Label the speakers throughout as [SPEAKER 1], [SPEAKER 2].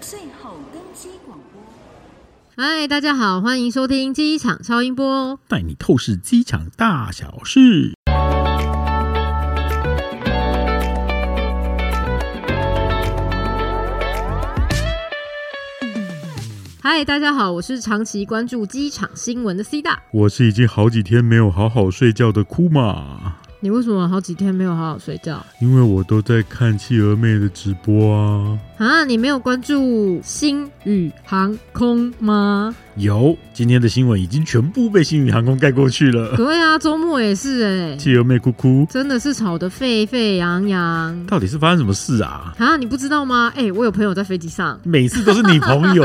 [SPEAKER 1] 最后更新广播。
[SPEAKER 2] 嗨，大家好，欢迎收听机场超音波哦。
[SPEAKER 3] 带你透视机场大小事。
[SPEAKER 2] 嗨，大家好，我是长期关注机场新闻的 C 大。
[SPEAKER 3] 我是已经好几天没有好好睡觉的哭嘛，
[SPEAKER 2] 你为什么好几天没有好好睡觉
[SPEAKER 3] 因为我都在看企鹅妹的直播啊。
[SPEAKER 2] 啊？你没有关注星宇航空 吗？
[SPEAKER 3] 有，今天的新闻已经全部被星宇航空盖过去了。
[SPEAKER 2] 对啊，周末也是哎、
[SPEAKER 3] 企鹅妹哭哭，
[SPEAKER 2] 真的是吵得沸沸扬扬
[SPEAKER 3] 到底是发生什么事啊？
[SPEAKER 2] 啊！你不知道吗？哎、我有朋友在飞机上。
[SPEAKER 3] 每次都是你朋友，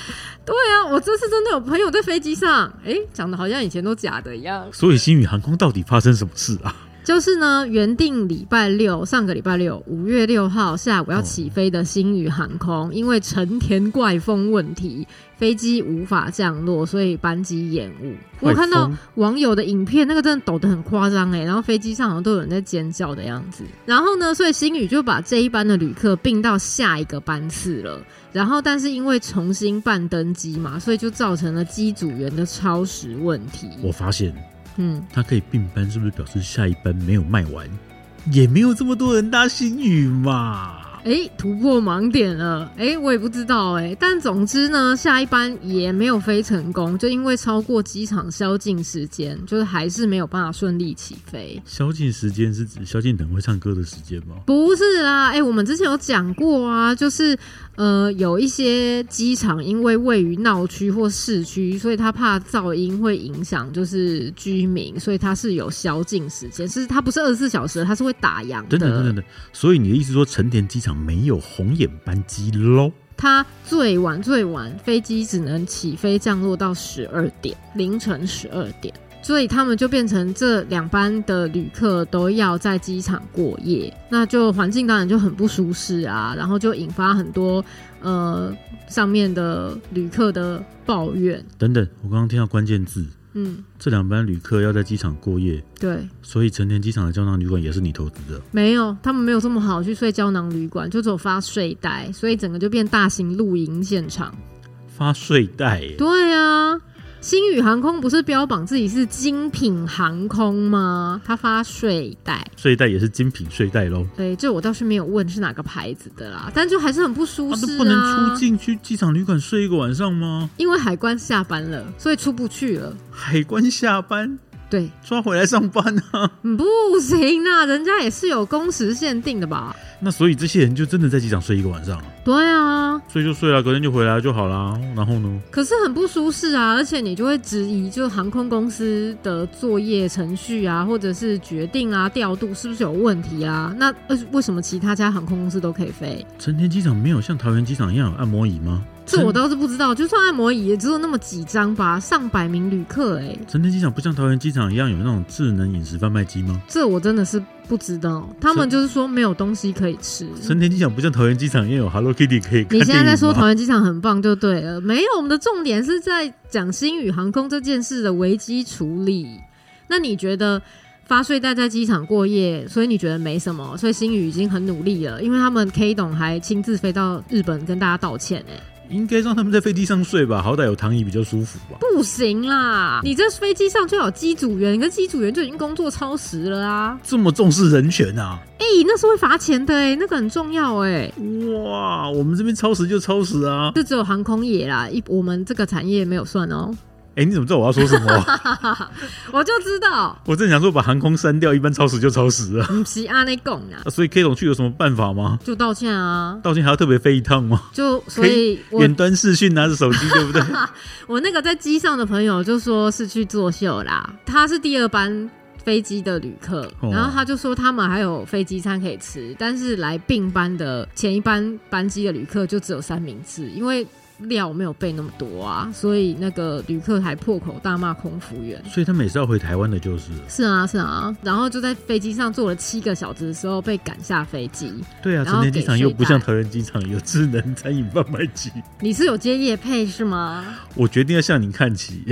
[SPEAKER 2] 对啊，我这次真的有朋友在飞机上。哎、讲的好像以前都假的一样。
[SPEAKER 3] 所以星宇航空到底发生什么事啊？
[SPEAKER 2] 就是呢，原定礼拜六，上个礼拜六，五月六号下午要起飞的星宇航空，因为成田怪风问题，飞机无法降落，所以班机延误。
[SPEAKER 3] 哎怪风
[SPEAKER 2] 我看到网友的影片，那个真的抖得很夸张哎，然后飞机上好像都有人在尖叫的样子。然后呢，所以星宇就把这一班的旅客并到下一个班次了。然后，但是因为重新办登机嘛，所以就造成了机组员的超时问题。
[SPEAKER 3] 我发现
[SPEAKER 2] 嗯，
[SPEAKER 3] 它可以并班，是不是表示下一班没有卖完，也没有这么多人搭星宇嘛？
[SPEAKER 2] 哎，突破盲点了，哎，我也不知道哎，但总之呢，下一班也没有飞成功，就因为超过机场宵禁时间，就是还是没有办法顺利起飞。
[SPEAKER 3] 宵禁时间是指萧敬腾会唱歌的时间吗？
[SPEAKER 2] 不是啦，哎、我们之前有讲过啊，就是呃，有一些机场因为位于闹区或市区，所以他怕噪音会影响就是居民，所以它是有宵禁时间，是它不是二十四小时的，它是会打烊的。
[SPEAKER 3] 等等等等等，所以你的意思说成田机场没有红眼班机喽？
[SPEAKER 2] 它最晚最晚飞机只能起飞降落到十二点，凌晨十二点，所以他们就变成这两班的旅客都要在机场过夜，那就环境当然就很不舒适啊，然后就引发很多呃上面的旅客的抱怨，
[SPEAKER 3] 等等，我刚刚听到关键字，
[SPEAKER 2] 嗯，
[SPEAKER 3] 这两班旅客要在机场过夜，
[SPEAKER 2] 对，
[SPEAKER 3] 所以成田机场的胶囊旅馆也是你投资的。
[SPEAKER 2] 没有，他们没有这么好去睡胶囊旅馆，就只有发睡袋，所以整个就变大型露营现场。
[SPEAKER 3] 发睡袋耶，
[SPEAKER 2] 对啊，星宇航空不是标榜自己是精品航空吗？它发睡袋，
[SPEAKER 3] 睡袋也是精品睡袋喽。
[SPEAKER 2] 对，这我倒是没有问是哪个牌子的啦，但就还是很不舒
[SPEAKER 3] 他
[SPEAKER 2] 适
[SPEAKER 3] 都
[SPEAKER 2] 啊。
[SPEAKER 3] 不能出境去机场旅馆睡一个晚上吗？
[SPEAKER 2] 因为海关下班了，所以出不去了。
[SPEAKER 3] 海关下班
[SPEAKER 2] 对，
[SPEAKER 3] 抓回来上班 啊！
[SPEAKER 2] 嗯不行啊，人家也是有工时限定的吧？
[SPEAKER 3] 那所以这些人就真的在机场睡一个晚上啊，
[SPEAKER 2] 对啊，
[SPEAKER 3] 睡就睡了，隔天就回来就好啦。然后呢？
[SPEAKER 2] 可是很不舒适啊，而且你就会质疑，就航空公司的作业程序啊，或者是决定啊、调度是不是有问题啊？那呃为什么其他家航空公司都可以飞？
[SPEAKER 3] 成田机场没有像桃园机场一样有按摩椅吗？
[SPEAKER 2] 这我倒是不知道，就算按摩椅也只有那么几张吧，上百名旅客哎、
[SPEAKER 3] 成田机场不像桃园机场一样有那种智能饮食贩卖机吗？
[SPEAKER 2] 这我真的是不知道。他们就是说没有东西可以吃。
[SPEAKER 3] 成田机场不像桃园机场一样有 Hello Kitty 可以
[SPEAKER 2] 嗯
[SPEAKER 3] 看
[SPEAKER 2] 你现在在说
[SPEAKER 3] 电影吗
[SPEAKER 2] 桃园机场很棒就对了，没有，我们的重点是在讲星宇航空这件事的危机处理。那你觉得发睡袋在机场过夜，所以你觉得没什么？所以星宇已经很努力了，因为他们 K 董还亲自飞到日本跟大家道歉哎、
[SPEAKER 3] 应该让他们在飞机上睡吧，好歹有躺椅比较舒服吧。
[SPEAKER 2] 不行啦！你这飞机上就有机组员，跟机组员就已经工作超时了啊！
[SPEAKER 3] 这么重视人权啊！
[SPEAKER 2] 哎、那是会罚钱的哎、那个很重要哎、
[SPEAKER 3] 哇，我们这边超时就超时啊！
[SPEAKER 2] 这只有航空业啦，一我们这个产业没有算哦。
[SPEAKER 3] 哎、你怎么知道我要说什 么？
[SPEAKER 2] 我就知道，
[SPEAKER 3] 我正想说把航空删掉，一般超时就超时啊。
[SPEAKER 2] 不是阿内贡啊，
[SPEAKER 3] 啊所以 K 总去有什么办法吗？
[SPEAKER 2] 就道歉啊，
[SPEAKER 3] 道歉还要特别飞一趟吗？
[SPEAKER 2] 就所以我
[SPEAKER 3] 远端视讯拿着手机，对不 对？
[SPEAKER 2] 我那个在机上的朋友就说是去作秀啦，他是第二班。飞机的旅客，
[SPEAKER 3] 哦
[SPEAKER 2] 然后他就说他们还有飞机餐可以吃，但是来并班的前一班班机的旅客就只有三明治，因为料没有备那么多啊，所以那个旅客还破口大骂空服员。
[SPEAKER 3] 所以他们也是要回台湾的，就是了
[SPEAKER 2] 是啊，是啊，然后就在飞机上坐了七个小时的时候被赶下飞机。
[SPEAKER 3] 对啊。
[SPEAKER 2] 然后
[SPEAKER 3] 成田机场又
[SPEAKER 2] 给
[SPEAKER 3] 不
[SPEAKER 2] 睡袋
[SPEAKER 3] 像桃园机场有 智能餐饮贩卖 机，
[SPEAKER 2] 你是有接夜配是吗？
[SPEAKER 3] 我决定要向你看齐。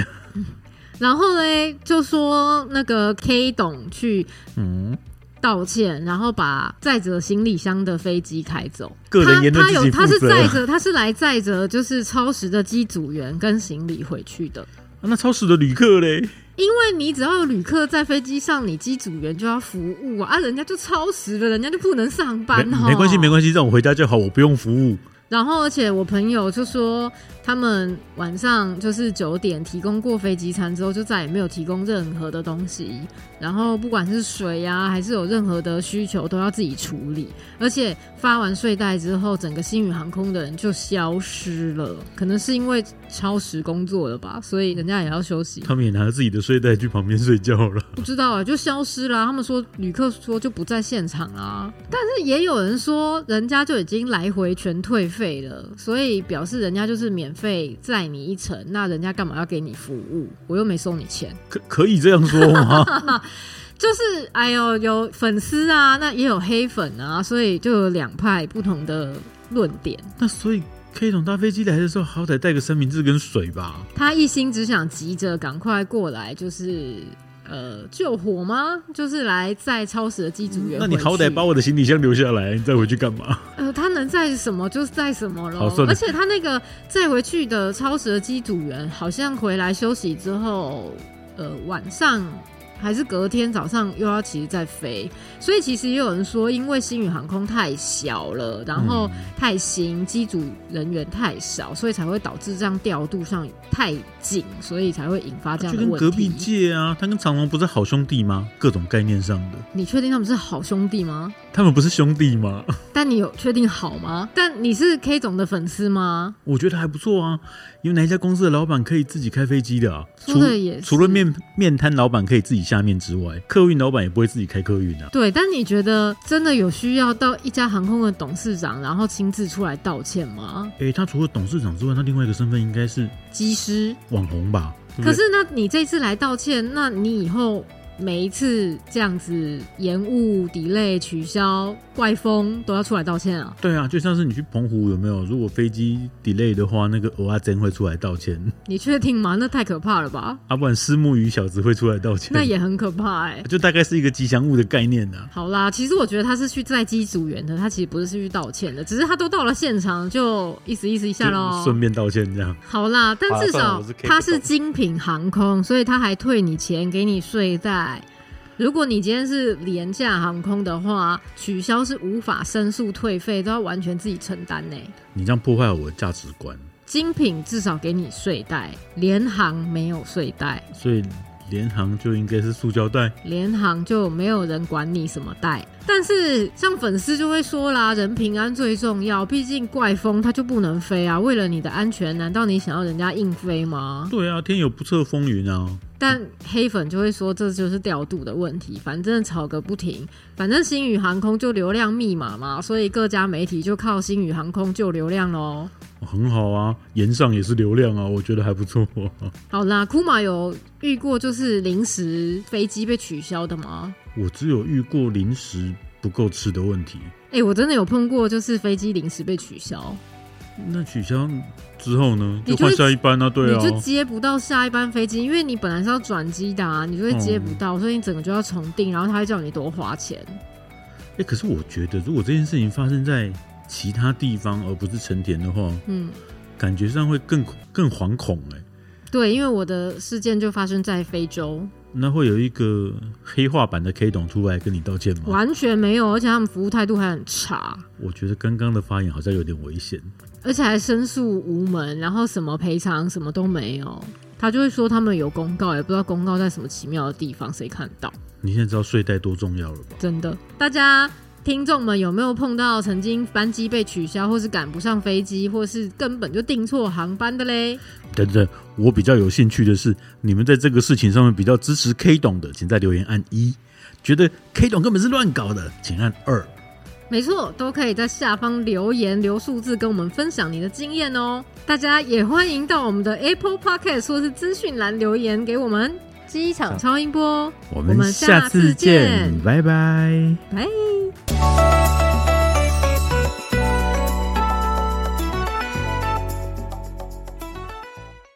[SPEAKER 2] 然后嘞，就说那个 K 董去
[SPEAKER 3] 嗯，
[SPEAKER 2] 道歉，然后把载着行李箱的飞机开走。
[SPEAKER 3] 个人言论
[SPEAKER 2] 他他
[SPEAKER 3] 自己
[SPEAKER 2] 有他是
[SPEAKER 3] 负责啊
[SPEAKER 2] 载着他是来载着就是超时的机组员跟行李回去的。
[SPEAKER 3] 啊那超时的旅客嘞，
[SPEAKER 2] 因为你只要有旅客在飞机上，你机组员就要服务啊，啊人家就超时了，人家就不能上班
[SPEAKER 3] 没
[SPEAKER 2] 哦。
[SPEAKER 3] 没关系，没关系，让我回家就好，我不用服务。
[SPEAKER 2] 然后，而且我朋友就说，他们晚上就是九点提供过飞机餐之后，就再也没有提供任何的东西。然后，不管是水呀、还是有任何的需求，都要自己处理。而且发完睡袋之后，整个星宇航空的人就消失了，可能是因为超时工作了吧，所以人家也要休息。
[SPEAKER 3] 他们也拿着自己的睡袋去旁边睡觉了。
[SPEAKER 2] 不知道啊，就消失啦。他们说旅客说就不在现场啦，但是也有人说人家就已经来回全退费了，所以表示人家就是免费载你一程，那人家干嘛要给你服务？我又没收你钱。
[SPEAKER 3] 可可以这样说 吗？
[SPEAKER 2] 就是哎呦，有粉丝啊，那也有黑粉啊，所以就有两派不同的论点。
[SPEAKER 3] 那所以 K 总搭飞机来的时候，好歹带个三明治跟水吧。
[SPEAKER 2] 他一心只想急着赶快过来，就是。呃，救火吗？就是来载超时的机组员回去。
[SPEAKER 3] 那你好歹把我的行李箱留下来，你再回去干嘛？
[SPEAKER 2] 呃，他能载什么就载什么喽
[SPEAKER 3] 好算。了
[SPEAKER 2] 而且他那个载回去的超时的机组员，好像回来休息之后，呃，晚上还是隔天早上又要其实再飞。所以其实也有人说，因为星宇航空太小了，然后
[SPEAKER 3] 嗯
[SPEAKER 2] 太新，机组人员太少，所以才会导致这样调度上太紧，所以才会引发这
[SPEAKER 3] 就
[SPEAKER 2] 样的
[SPEAKER 3] 跟
[SPEAKER 2] 问题。
[SPEAKER 3] 隔壁界啊，他跟长隆不是好兄弟吗？各种概念上的，
[SPEAKER 2] 你确定他们是好兄弟吗？
[SPEAKER 3] 他们不是兄弟吗？
[SPEAKER 2] 但你有确定好吗？但你是 K 总的粉丝吗？
[SPEAKER 3] 我觉得还不错啊，有哪一家公司的老板可以自己开飞机的啊？
[SPEAKER 2] 说的也是
[SPEAKER 3] 除除了面面摊老板可以自己下面之外，客运老板也不会自己开客运啊。
[SPEAKER 2] 对，但你觉得真的有需要到一家航空的董事长，然后亲自出来道歉吗？
[SPEAKER 3] 诶，他除了董事长之外，他另外一个身份应该是
[SPEAKER 2] 机师，
[SPEAKER 3] 网红吧？对不对
[SPEAKER 2] 可是那你这次来道歉，那你以后每一次这样子延误、delay、取消、怪风都要出来道歉啊？
[SPEAKER 3] 对啊，就像是你去澎湖有没有？如果飞机 delay 的话，那个欧阿珍会出来道歉，
[SPEAKER 2] 你确定吗？ 那太可怕了吧？
[SPEAKER 3] 啊，不然私募鱼小子会出来道歉。
[SPEAKER 2] 那也很可怕哎、
[SPEAKER 3] 就大概是一个吉祥物的概念啊。
[SPEAKER 2] 好啦，其实我觉得他是去载机组员的，他其实不是去道歉的，只是他都到了现场，就意思意思一下
[SPEAKER 3] 就
[SPEAKER 2] 喽。
[SPEAKER 3] 顺便道歉这样。
[SPEAKER 2] 好啦，但至
[SPEAKER 3] 好啦算了
[SPEAKER 2] 少
[SPEAKER 3] 我是 K
[SPEAKER 2] 它
[SPEAKER 3] 不
[SPEAKER 2] 是
[SPEAKER 3] 懂
[SPEAKER 2] 精品航空，所以它还退你钱，给你睡袋。如果你今天是廉价航空的话，取消是无法申诉退费，都要完全自己承担呢。
[SPEAKER 3] 你这样破坏我的价值观，
[SPEAKER 2] 精品至少给你睡袋，联航没有睡袋，
[SPEAKER 3] 所以联航就应该是塑胶袋。
[SPEAKER 2] 联航就没有人管你什么袋。但是像粉丝就会说啦，人平安最重要，毕竟怪风它就不能飞啊。为了你的安全，难道你想要人家硬飞吗？
[SPEAKER 3] 对啊，天有不测风云啊。
[SPEAKER 2] 但黑粉就会说这就是调度的问题，反正吵个不停，反正星宇航空就流量密码嘛，所以各家媒体就靠星宇航空救流量喽。
[SPEAKER 3] 哦很好啊，沿上也是流量啊，我觉得还不错、啊
[SPEAKER 2] 好啦，库玛有遇过就是临时飞机被取消的吗？
[SPEAKER 3] 我只有遇过零食不够吃的问题，
[SPEAKER 2] 哎、我真的有碰过，就是飞机临时被取消，
[SPEAKER 3] 那取消之后呢，
[SPEAKER 2] 你
[SPEAKER 3] 就
[SPEAKER 2] 就会
[SPEAKER 3] 换下一班啊，对啊
[SPEAKER 2] 你，就接不到下一班飞机，因为你本来是要转机的啊，你就会接
[SPEAKER 3] 嗯
[SPEAKER 2] 不到，所以你整个就要重订，然后他还叫你多花钱。
[SPEAKER 3] 哎、可是我觉得如果这件事情发生在其他地方而不是成田的话，
[SPEAKER 2] 嗯，
[SPEAKER 3] 感觉上会更更惶恐哎、
[SPEAKER 2] 对，因为我的事件就发生在非洲。
[SPEAKER 3] 那会有一个黑化版的 K 董出来跟你道歉吗？
[SPEAKER 2] 完全没有，而且他们服务态度还很差，
[SPEAKER 3] 我觉得刚刚的发言好像有点危险。
[SPEAKER 2] 而且还申诉无门，然后什么赔偿什么都没有。他就会说他们有公告，也不知道公告在什么奇妙的地方，谁看到？
[SPEAKER 3] 你现在知道睡袋多重要了吧？
[SPEAKER 2] 真的，大家听众们有没有碰到曾经班机被取消，或是赶不上飞机，或是根本就订错航班的嘞？
[SPEAKER 3] 等等，我比较有兴趣的是，你们在这个事情上面比较支持 K 董的，请在留言按一；觉得 K 董根本是乱搞的，请按二。
[SPEAKER 2] 没错，都可以在下方留言留数字，跟我们分享你的经验哦。大家也欢迎到我们的 Apple Podcast 或是资讯栏留言给我们。机场超音波，
[SPEAKER 3] 我们下次见，拜拜。
[SPEAKER 2] 拜。